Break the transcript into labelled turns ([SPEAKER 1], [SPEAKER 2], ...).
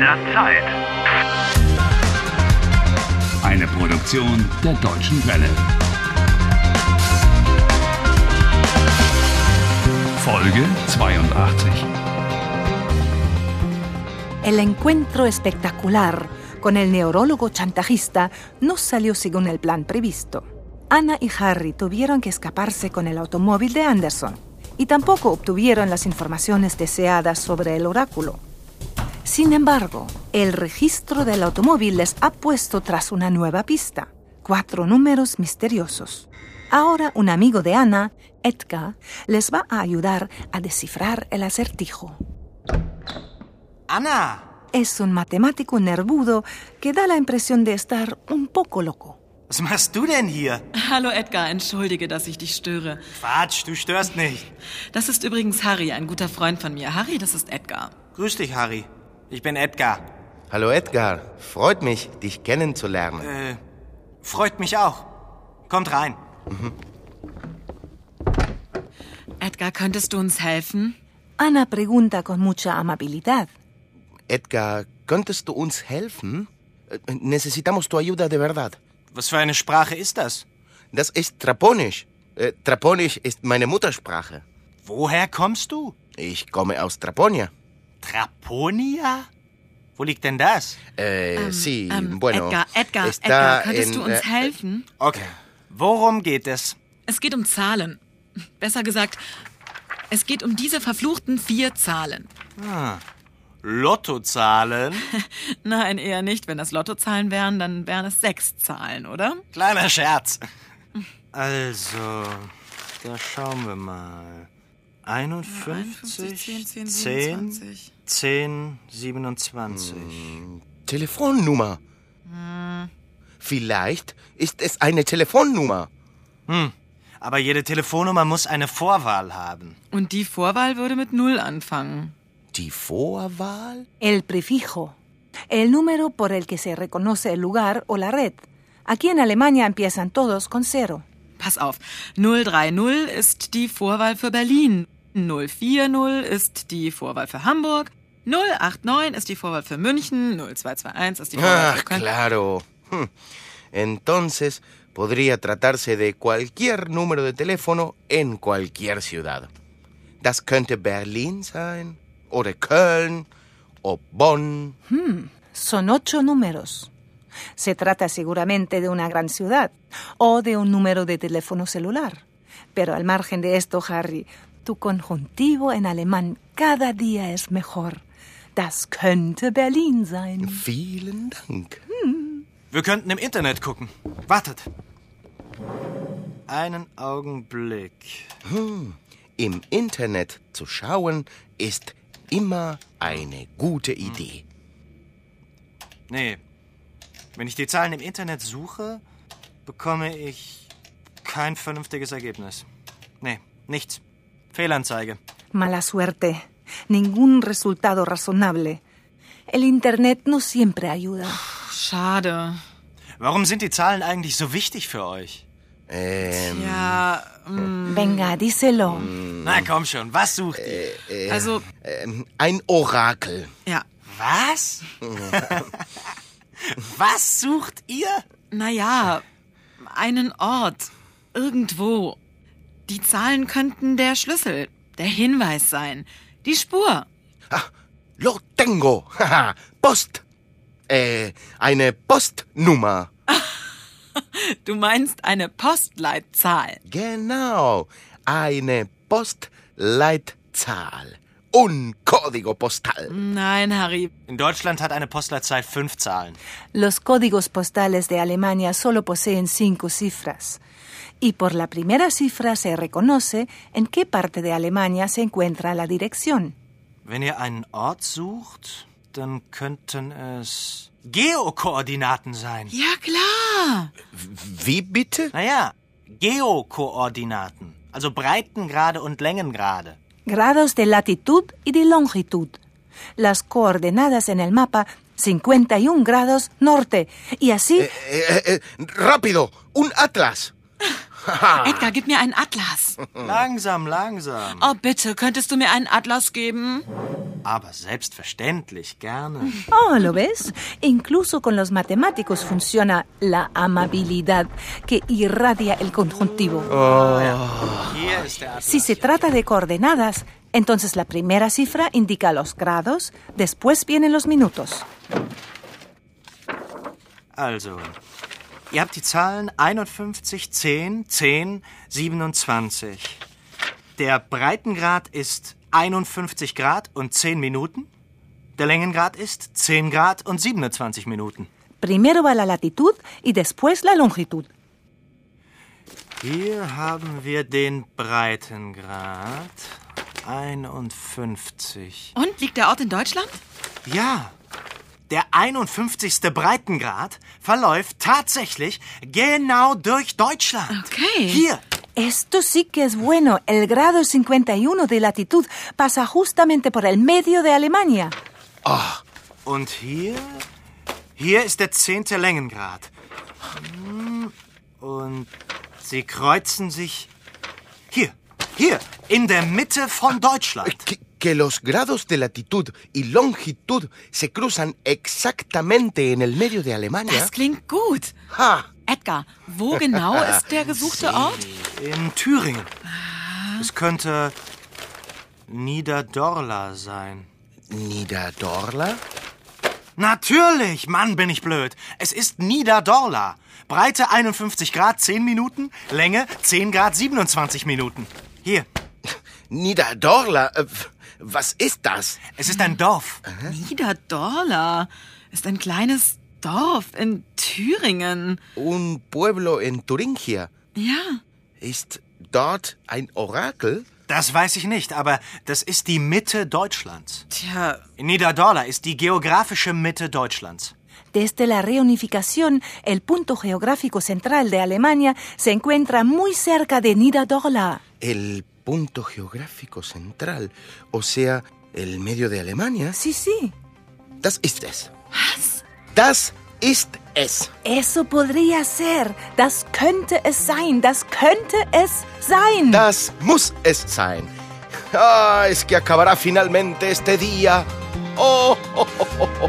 [SPEAKER 1] der Zeit.
[SPEAKER 2] Eine Produktion der Deutschen Welle. Folge 82.
[SPEAKER 3] El encuentro espectacular con el neurólogo chantajista no salió según el plan previsto. Anna y Harry tuvieron que escaparse con el automóvil de Anderson y tampoco obtuvieron las informaciones deseadas sobre el oráculo. Sin embargo, el registro del automóvil les ha puesto tras una nueva pista, cuatro números misteriosos. Ahora un amigo de Anna, Edgar, les va a ayudar a descifrar el acertijo.
[SPEAKER 4] Anna,
[SPEAKER 3] Es un matemático nervudo que da la impresión de estar un poco loco.
[SPEAKER 4] was machst du denn hier?
[SPEAKER 5] Hallo Edgar, entschuldige, dass ich dich störe.
[SPEAKER 4] Quatsch, du störst nicht.
[SPEAKER 5] Das ist übrigens Harry, ein guter Freund von mir. Harry, das ist Edgar.
[SPEAKER 4] Grüß dich, Harry. Ich bin Edgar.
[SPEAKER 6] Hallo Edgar, freut mich, dich kennenzulernen.
[SPEAKER 5] Äh.
[SPEAKER 4] Freut mich auch. Kommt rein.
[SPEAKER 5] Edgar, könntest du uns helfen?
[SPEAKER 3] Ana pregunta con mucha amabilidad.
[SPEAKER 6] Edgar, könntest du uns helfen? Äh, Necesitamos tu ayuda de verdad.
[SPEAKER 4] Was für eine Sprache ist das?
[SPEAKER 6] Das ist Traponisch. Äh, Traponisch ist meine Muttersprache.
[SPEAKER 4] Woher kommst du?
[SPEAKER 6] Ich komme aus Traponia.
[SPEAKER 4] Traponia? Wo liegt denn das?
[SPEAKER 6] Äh, sí,
[SPEAKER 5] Ähm,
[SPEAKER 6] bueno.
[SPEAKER 5] Edgar, Edgar,
[SPEAKER 6] está
[SPEAKER 5] Edgar, könntest du
[SPEAKER 6] en,
[SPEAKER 5] uns
[SPEAKER 6] äh,
[SPEAKER 5] helfen?
[SPEAKER 4] Okay. Worum geht es?
[SPEAKER 5] Es geht um Zahlen. Besser gesagt, es geht um diese verfluchten vier Zahlen.
[SPEAKER 4] Lottozahlen?
[SPEAKER 5] Nein, eher nicht. Wenn das Lottozahlen wären, dann wären es sechs Zahlen, oder?
[SPEAKER 4] Kleiner Scherz. Also, da schauen wir mal. 51, 10,
[SPEAKER 5] 10, 10, 27.
[SPEAKER 4] 10, 27.
[SPEAKER 6] Telefonnummer.
[SPEAKER 5] Hm.
[SPEAKER 6] Vielleicht ist es eine Telefonnummer.
[SPEAKER 4] Aber jede Telefonnummer muss eine Vorwahl haben.
[SPEAKER 5] Und die Vorwahl würde mit null anfangen.
[SPEAKER 6] Die Vorwahl?
[SPEAKER 3] El prefijo. El número por el que se reconoce el lugar o la red. Aquí en Alemania empiezan todos con cero.
[SPEAKER 5] Pass auf. 030 ist die Vorwahl für Berlin. 040 ist die Vorwahl für Hamburg. 089 ist die Vorwahl für München. 0221 ist die Vorwahl
[SPEAKER 6] Ah,
[SPEAKER 5] für Köln.
[SPEAKER 6] claro. Hm. Entonces, podría tratarse de cualquier número de teléfono en cualquier ciudad. Das könnte Berlin sein, oder Köln, o Bonn.
[SPEAKER 3] Son ocho números. Se trata seguramente de una gran ciudad o de un número de teléfono celular. Pero al margen de esto, Harry, tu conjuntivo en alemán cada día es mejor. Das könnte Berlin sein.
[SPEAKER 6] Vielen Dank.
[SPEAKER 4] Wir könnten im Internet gucken. Wartet. Einen Augenblick.
[SPEAKER 6] Im Internet zu schauen ist immer eine gute Idee.
[SPEAKER 4] Nee. Wenn ich die Zahlen im Internet suche, bekomme ich kein vernünftiges Ergebnis. Nee, nichts. Fehlanzeige.
[SPEAKER 3] Mala suerte. Ningún resultado razonable. El Internet no siempre ayuda.
[SPEAKER 5] Schade.
[SPEAKER 4] Warum sind die Zahlen eigentlich so wichtig für euch?
[SPEAKER 6] Ähm,
[SPEAKER 5] Ja, mm,
[SPEAKER 3] Venga, díselo.
[SPEAKER 4] Na komm schon, was sucht ihr?
[SPEAKER 5] also,
[SPEAKER 6] ähm, ein Orakel.
[SPEAKER 5] ja.
[SPEAKER 4] Was? was sucht ihr?
[SPEAKER 5] Naja, einen Ort. Irgendwo. Die Zahlen könnten der Schlüssel, der Hinweis sein. Die Spur.
[SPEAKER 6] Ah, lo tengo. Haha, Post. Äh, eine Postnummer.
[SPEAKER 5] Du meinst eine Postleitzahl.
[SPEAKER 6] Genau, eine Postleitzahl. Un código postal.
[SPEAKER 5] Mm. Nein, Harry.
[SPEAKER 4] In Deutschland hat eine Postleitzahl fünf Zahlen.
[SPEAKER 3] Los códigos postales de Alemania solo poseen cinco cifras. Y por la primera cifra se reconoce en qué parte de Alemania se encuentra la dirección.
[SPEAKER 4] Wenn ihr einen Ort sucht, dann könnten es Geokoordinaten sein.
[SPEAKER 5] Ja, klar.
[SPEAKER 6] Wie bitte?
[SPEAKER 4] Naja, Geokoordinaten. Also Breitengrade und Längengrade.
[SPEAKER 3] Grados de latitud y de longitud. Las coordenadas en el mapa 51 grados norte. Y así,
[SPEAKER 6] Äh, äh, rápido, un Atlas.
[SPEAKER 5] Edgar, gib mir einen Atlas.
[SPEAKER 4] Langsam, langsam.
[SPEAKER 5] Oh, bitte, könntest du mir einen Atlas geben?
[SPEAKER 4] Aber selbstverständlich, gerne.
[SPEAKER 3] Oh, ¿lo ves? Incluso con los matemáticos funciona la amabilidad que irradia el conjuntivo.
[SPEAKER 4] Hier ist der Atlas.
[SPEAKER 3] Si se trata de coordenadas, entonces la primera cifra indica los grados, después vienen los minutos.
[SPEAKER 4] Also, ihr habt die Zahlen 51, 10, 10, 27. Der Breitengrad ist 51 Grad und 10 Minuten. Der Längengrad ist 10 Grad und 27 Minuten.
[SPEAKER 3] Primero va la latitud y después la longitud.
[SPEAKER 4] Hier haben wir den Breitengrad 51.
[SPEAKER 5] Und liegt der Ort in Deutschland?
[SPEAKER 4] Ja, der 51. Breitengrad verläuft tatsächlich genau durch Deutschland.
[SPEAKER 5] Okay.
[SPEAKER 4] Hier,
[SPEAKER 3] Esto sí que es bueno. El grado 51 de latitud pasa justamente por el medio de Alemania.
[SPEAKER 4] Und hier? Hier ist der zehnte Längengrad. Hm, Und sie kreuzen sich hier, hier, in der Mitte von Deutschland.
[SPEAKER 6] Que, que los grados de latitud y longitud se cruzan exactamente en el medio de Alemania.
[SPEAKER 5] Das klingt gut.
[SPEAKER 6] ¡Ja!
[SPEAKER 5] Edgar, wo genau ist der gesuchte Ort?
[SPEAKER 4] In Thüringen. Es könnte Niederdorla sein.
[SPEAKER 6] Niederdorla.
[SPEAKER 4] Natürlich, Mann, bin ich blöd. Es ist Niederdorla. Breite 51 Grad 10 Minuten, Länge 10 Grad 27 Minuten. Hier,
[SPEAKER 6] Niederdorla. äh, Was ist das?
[SPEAKER 4] es ist ein Dorf.
[SPEAKER 5] Niederdorla ist ein kleines Dorf in Thüringen.
[SPEAKER 6] Un pueblo en Turingia.
[SPEAKER 5] Ja.
[SPEAKER 6] Ist dort ein Orakel?
[SPEAKER 4] Das weiß ich nicht, aber das ist die Mitte Deutschlands.
[SPEAKER 5] Tja,
[SPEAKER 4] Niederdorla ist die geografische Mitte Deutschlands.
[SPEAKER 3] Desde la reunificación, el punto geográfico central de Alemania se encuentra muy cerca de Niederdorla.
[SPEAKER 6] El punto geográfico central, o sea, el medio de Alemania.
[SPEAKER 3] Sí, sí.
[SPEAKER 6] Das ist es. Was? Das ist es.
[SPEAKER 3] Eso podría ser. Das könnte es sein. Das könnte es sein.
[SPEAKER 6] Das muss es sein. Ah, es que acabará finalmente este día. Oh, oh, oh, oh, oh.